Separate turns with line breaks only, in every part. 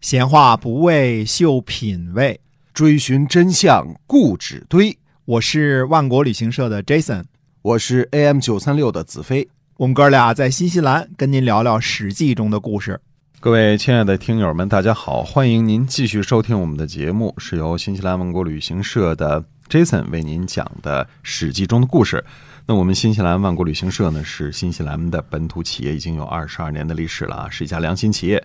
闲话不为秀品味，
追寻真相故纸堆。
我是万国旅行社的 Jason，
我是 AM 九三六的子飞。
我们哥俩在新西兰跟您聊聊《史记》中的故事。
各位亲爱的听友们，大家好，欢迎您继续收听我们的节目，是由新西兰万国旅行社的 Jason 为您讲的《史记》中的故事。那我们新西兰万国旅行社呢，是新西兰的本土企业，已经有二十二年的历史了啊，是一家良心企业。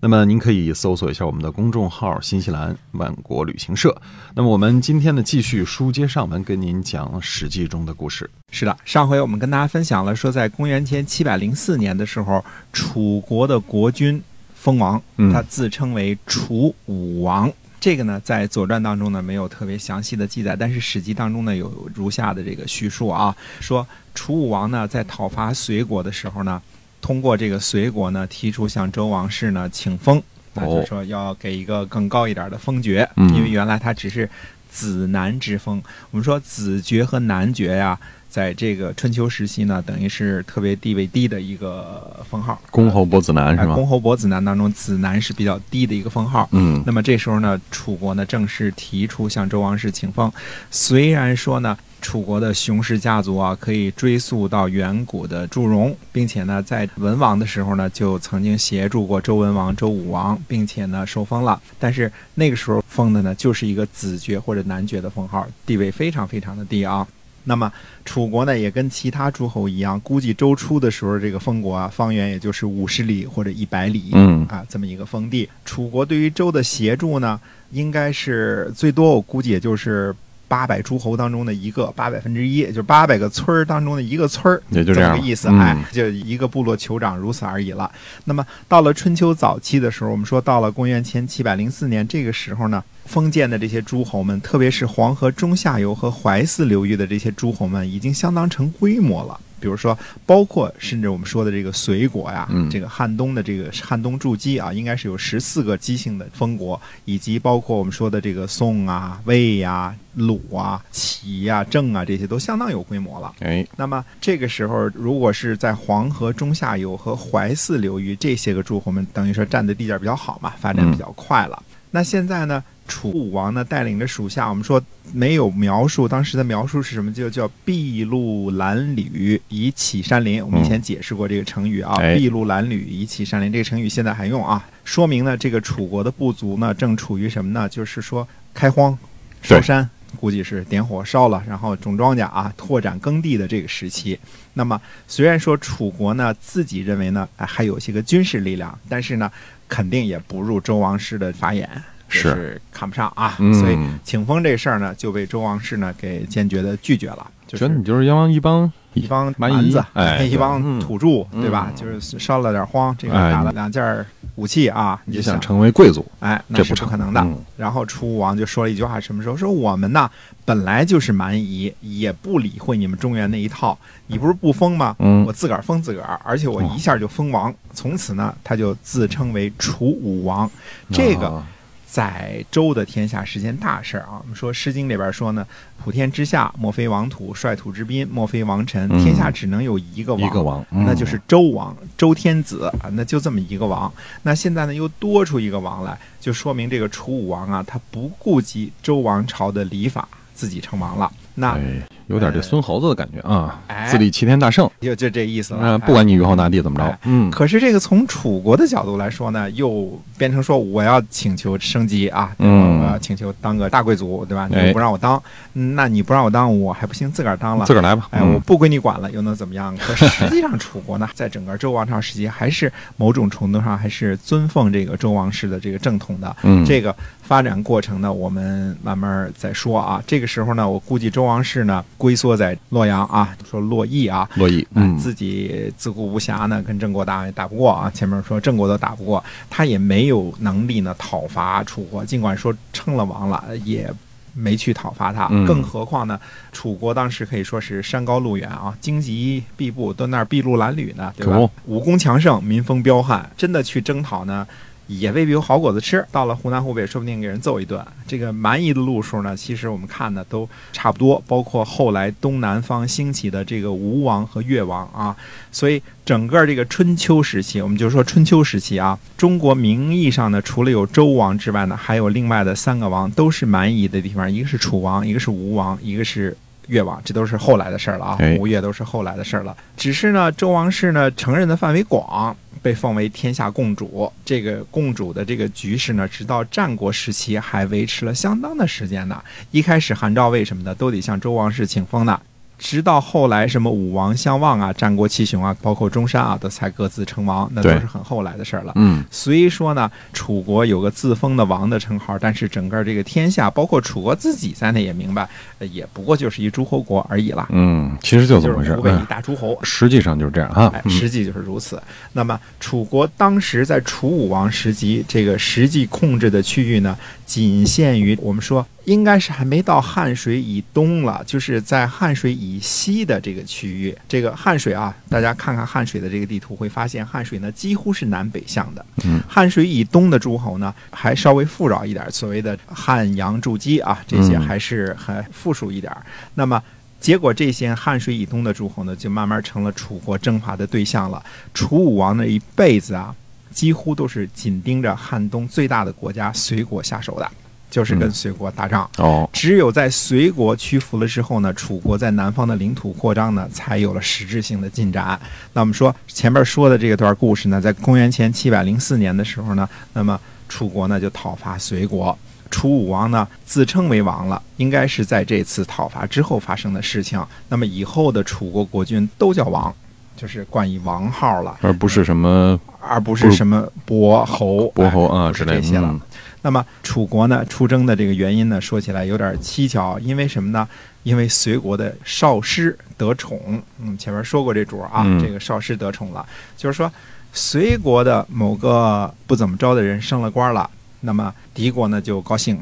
那么您可以搜索一下我们的公众号“新西兰万国旅行社”。那么我们今天呢，继续书接上文，跟您讲《史记》中的故事。
是的，上回我们跟大家分享了，说在公元前七百零四年的时候，楚国的国君封王，
嗯
他自称为楚武王。这个呢，在《左传》当中呢没有特别详细的记载，但是《史记》当中呢有如下的这个叙述啊，说楚武王呢在讨伐隋国的时候呢，通过这个隋国呢提出向周王室呢请
哦
封，那就是说要给一个更高一点的封爵，
嗯
因为原来他只是子男之封。我们说子爵和男爵呀、在这个春秋时期呢，等于是特别地位低的一个封号，
公侯伯子男
哎公侯伯子男当中，子男是比较低的一个封号。
嗯
那么这时候呢，楚国呢正式提出向周王室请封。虽然说呢，楚国的熊氏家族啊可以追溯到远古的祝融，并且呢，在文王的时候呢，就曾经协助过周文王、周武王，并且呢受封了。但是那个时候封的呢，就是一个子爵或者男爵的封号，地位非常非常的低啊。那么楚国呢，也跟其他诸侯一样，估计周初的时候，这个封国啊，方圆也就是五十里或者一百里，
嗯
啊，这么一个封地。楚国对于周的协助呢，应该是最多，我估计也就是八百诸侯当中的一个，八百分之一，就是八百个村儿当中的一个村儿，
也就这
这
样吧
么个意思，
嗯
哎，就一个部落酋长，如此而已了。那么到了春秋早期的时候，我们说到了公元前七百零四年，这个时候呢，封建的这些诸侯们，特别是黄河中下游和淮泗流域的这些诸侯们，已经相当成规模了。比如说，包括甚至我们说的这个隋国呀，
嗯
这个汉东的这个汉东筑基啊，应该是有十四个姬姓的封国，以及包括我们说的这个宋啊、魏呀、鲁啊、齐呀、郑啊，这些都相当有规模了。
哎，
那么这个时候，如果是在黄河中下游和淮泗流域这些个诸侯们，等于说占的地界儿比较好嘛，发
嗯
展比较快了。那现在呢，楚武王呢带领着属下，我们说没有描述，当时的描述是什么？就叫筚路蓝缕，以启山林。我们以前解释过这个成语啊，
哎
筚路蓝缕，以启山林这个成语现在还用啊，说明呢这个楚国的部族呢正处于什么呢？就是说开荒、烧
对
山，估计是点火烧了，然后种庄稼啊，拓展耕地的这个时期。那么虽然说楚国呢自己认为呢哎还有些个军事力量，但是呢肯定也不入周王室的法眼，
是
就是看不上啊。
嗯
所以请封这事儿呢就被周王室呢给坚决的拒绝了，就
觉得你
是。
就是一帮一帮
一帮
蛮
蛮子
夷，哎
一帮
嗯
土著，对吧？
嗯
就是烧了点荒，这个
哎
打了两件儿武器啊，你
也
就
想成为贵族，
哎，那
这
是
不
不
成
可能的。
嗯
然后楚武王就说了一句话，什么时候说我们呢本来就是蛮夷，也不理会你们中原那一套。你不是不封吗？
嗯
我自个儿封自个儿，而且我
哦
一下就封王。从此呢，他就自称为楚武王。这个
啊
在周的天下是件大事儿啊。我们说《诗经》里边说呢，普天之下莫非王土，率土之滨莫非王臣。
嗯
天下只能有一个王，
一个王，嗯
那就是周王周天子啊，那就这么一个王。那现在呢，又多出一个王来，就说明这个楚武王啊，他不顾及周王朝的礼法，自己称王了。那
哎，有点这孙猴子的感觉啊
啊哎，
自立齐天大圣，
就就这意思了。
啊，
哎
不管你雨后大地怎么
哎
着，嗯，
可是这个从楚国的角度来说呢，又变成说我要请求升级啊，对吧
嗯
我要请求当个大贵族，对吧？你
哎
又不让我当，那你不让我当，我还不行，自个儿当了
自。个儿来吧，
哎，
嗯
我不归你管了，又能怎么样？可实际上，楚国呢，在整个周王朝时期，还是某种程度上还是尊奉这个周王室的这个正统的。
嗯
这个发展过程呢，我们慢慢再说啊。这个时候呢，我估计周王室呢龟缩在洛阳啊，说洛邑啊，
洛邑，
嗯，
哎
嗯，
自己自顾不暇呢，跟郑国打也打不过啊。前面说郑国都打不过，他也没有能力呢讨伐楚国。尽管说称了王了，也没去讨伐他。
嗯
更何况呢，楚国当时可以说是山高路远啊，荆棘密
哦
布，都那儿筚路蓝缕呢，对吧
可不？
武功强盛，民风彪悍，真的去征讨呢。也未必有好果子吃。到了湖南、湖北，说不定给人揍一顿。这个蛮夷的路数呢，其实我们看的都差不多，包括后来东南方兴起的这个吴王和越王啊，所以整个这个春秋时期，我们就说春秋时期啊，中国名义上呢，除了有周王之外呢，还有另外的三个王，都是蛮夷的地方，一个是楚王，一个是吴王，一个是。越王，这都是后来的事儿了啊
哎，
吴越都是后来的事儿了。只是呢，周王室呢承认的范围广，被奉为天下共主。这个共主的这个局势呢，直到战国时期还维持了相当的时间呢。一开始韩赵魏什么的都得向周王室请封呢，直到后来什么武王相望啊、战国七雄啊，包括中山啊，都才各自称王，那都
对
是很后来的事儿了。
嗯，
虽说呢，楚国有个自封的王的称号，但是整个这个天下，包括楚国自己在内，也明白，呃也不过就是一诸侯国而已啦。
嗯，其实就这么回
是
事
湖北一
嗯
大诸侯，
实际上就是这样哈
哎，，
嗯
实际就是如此。那么楚国当时在楚武王时期，这个实际控制的区域呢，仅限于我们说应该是还没到汉水以东了，就是在汉水以西的这个区域。这个汉水啊，大家看看汉水的这个地图，会发现汉水呢几乎是南北向的。
嗯
汉水以东的诸侯呢，还稍微富饶一点，所谓的汉阳筑基啊，这些
嗯
还是很富庶一点。那么。结果这些汉水以东的诸侯呢，就慢慢成了楚国征伐的对象了。楚武王那一辈子啊，几乎都是紧盯着汉东最大的国家隋国下手的，就是跟
嗯
隋国打仗。
哦，
只有在隋国屈服了之后呢，楚国在南方的领土扩张呢，才有了实质性的进展。那我们说前面说的这个段故事呢，在公元前七百零四年的时候呢，那么楚国呢就讨伐隋国。楚武王呢自称为王了，应该是在这次讨伐之后发生的事情。那么以后的楚国国君都叫王，就是冠以王号了，
而不是什么
而不是什么伯侯、
伯侯
哎
啊
不
之
是
类
这些
的
了。
嗯，
那么楚国呢出征的这个原因呢，说起来有点蹊跷，因为什么呢？因为隋国的少师得宠，嗯，前面说过这主儿啊，
嗯
这个少师得宠了，就是说隋国的某个不怎么着的人升了官了。那么敌国呢就高兴，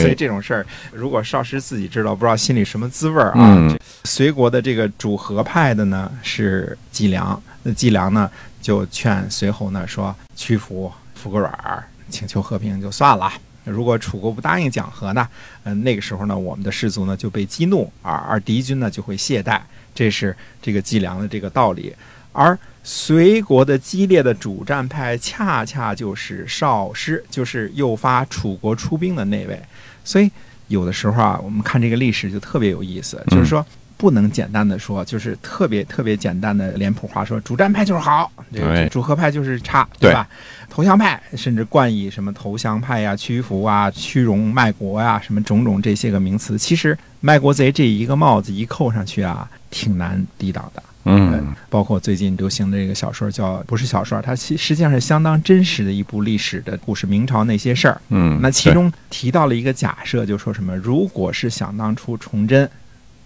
所以这种事儿，如果少师自己知道，不知道心里什么滋味儿啊。
嗯
隋国的这个主和派的呢是季梁，那季梁呢就劝隋侯呢说屈服服个软儿，请求和平就算了。如果楚国不答应讲和呢，嗯、那个时候呢，我们的士卒呢就被激怒，而而敌军呢就会懈怠，这是这个季梁的这个道理。而隋国的激烈的主战派恰恰就是少师，就是诱发楚国出兵的那位。所以有的时候啊，我们看这个历史就特别有意思，
嗯
就是说。不能简单的说，就是特别特别简单的脸谱化说，主战派就是好，这
对
个主和派就是差，
对
吧？投降派甚至冠以什么投降派呀、屈服啊、屈荣卖国呀、什么种种这些个名词，其实卖国贼这一个帽子一扣上去啊，挺难抵挡的。
嗯，
包括最近流行的这个小说叫不是小说，它其实际上是相当真实的一部历史的故事，明朝那些事儿。
嗯，
那其中提到了一个假设，就说什么如果是想当初崇祯，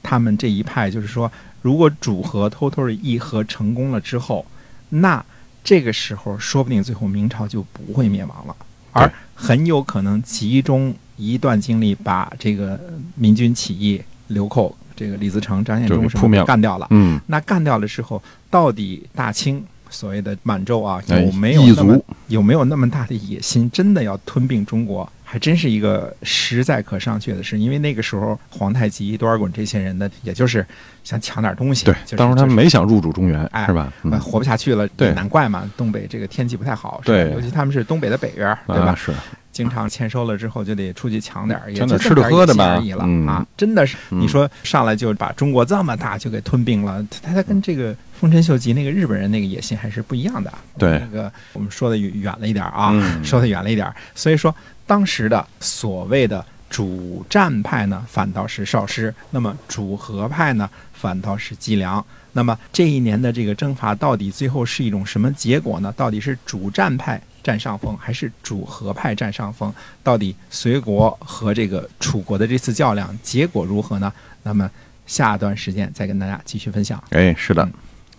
他们这一派就是说，如果主和偷偷的议和成功了之后，那这个时候说不定最后明朝就不会灭亡了，而
对
很有可能集中一段精力把这个民军起义流寇。这个李自成、张献
就给
忠什
扑
么
灭了
的干掉了
对，嗯
那干掉了之后，到底大清所谓的满洲啊，
哎
有没有
异
那么
族
有没有那么大的野心，真的要吞并中国？还真是一个实在可商榷的事，因为那个时候皇太极、多尔衮这些人呢，也就是想抢点东西，
对
就是，
当时他们没想入主中原
哎
是吧？
就是呃
嗯
活不下去了，
对
难怪嘛，东北这个天气不太好，是吧
对
尤其他们是东北的北边儿，对吧
啊？是，
经常欠收了之后就得出去抢点儿，也
抢
就这
点吃的
么点儿
喝
野
的
心
吧
而已了、
嗯
啊！真的是，
嗯
你说上来就把中国这么大就给吞并了，他他跟这个丰臣秀吉那个日本人那个野心还是不一样的。啊
对
那个我们说的远了一点儿啊，
嗯
说的远了一点儿。所以说，当时的所谓的主战派呢，反倒是少师；那么主和派呢，反倒是季梁。那么这一年的这个征伐到底最后是一种什么结果呢？到底是主战派占上风，还是主和派占上风？到底隋国和这个楚国的这次较量结果如何呢？那么下段时间再跟大家继续分享。
哎，是的
嗯，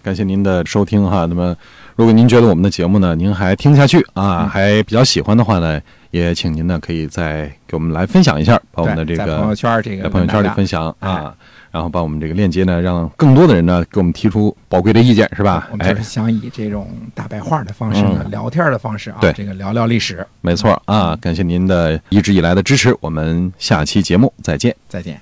感谢您的收听哈。那么，如果您觉得我们的节目呢，您还听下去啊，
嗯
还比较喜欢的话呢，也请您呢可以再给我们来分享一下，把我们的
对
这
在朋
个
友圈儿这个
在朋友圈里
跟大家
分享
哎
啊。
然后把我们这个链接呢，让更多的人呢给我们提出宝贵的意见，是吧
我？们
哎
就是，想以这种大白话的方式呢，
嗯
聊天儿的方式啊
对，
这个聊聊历史。
啊
嗯
没错啊，感谢您的一直以来的支持，我们下期节目再见。
再见。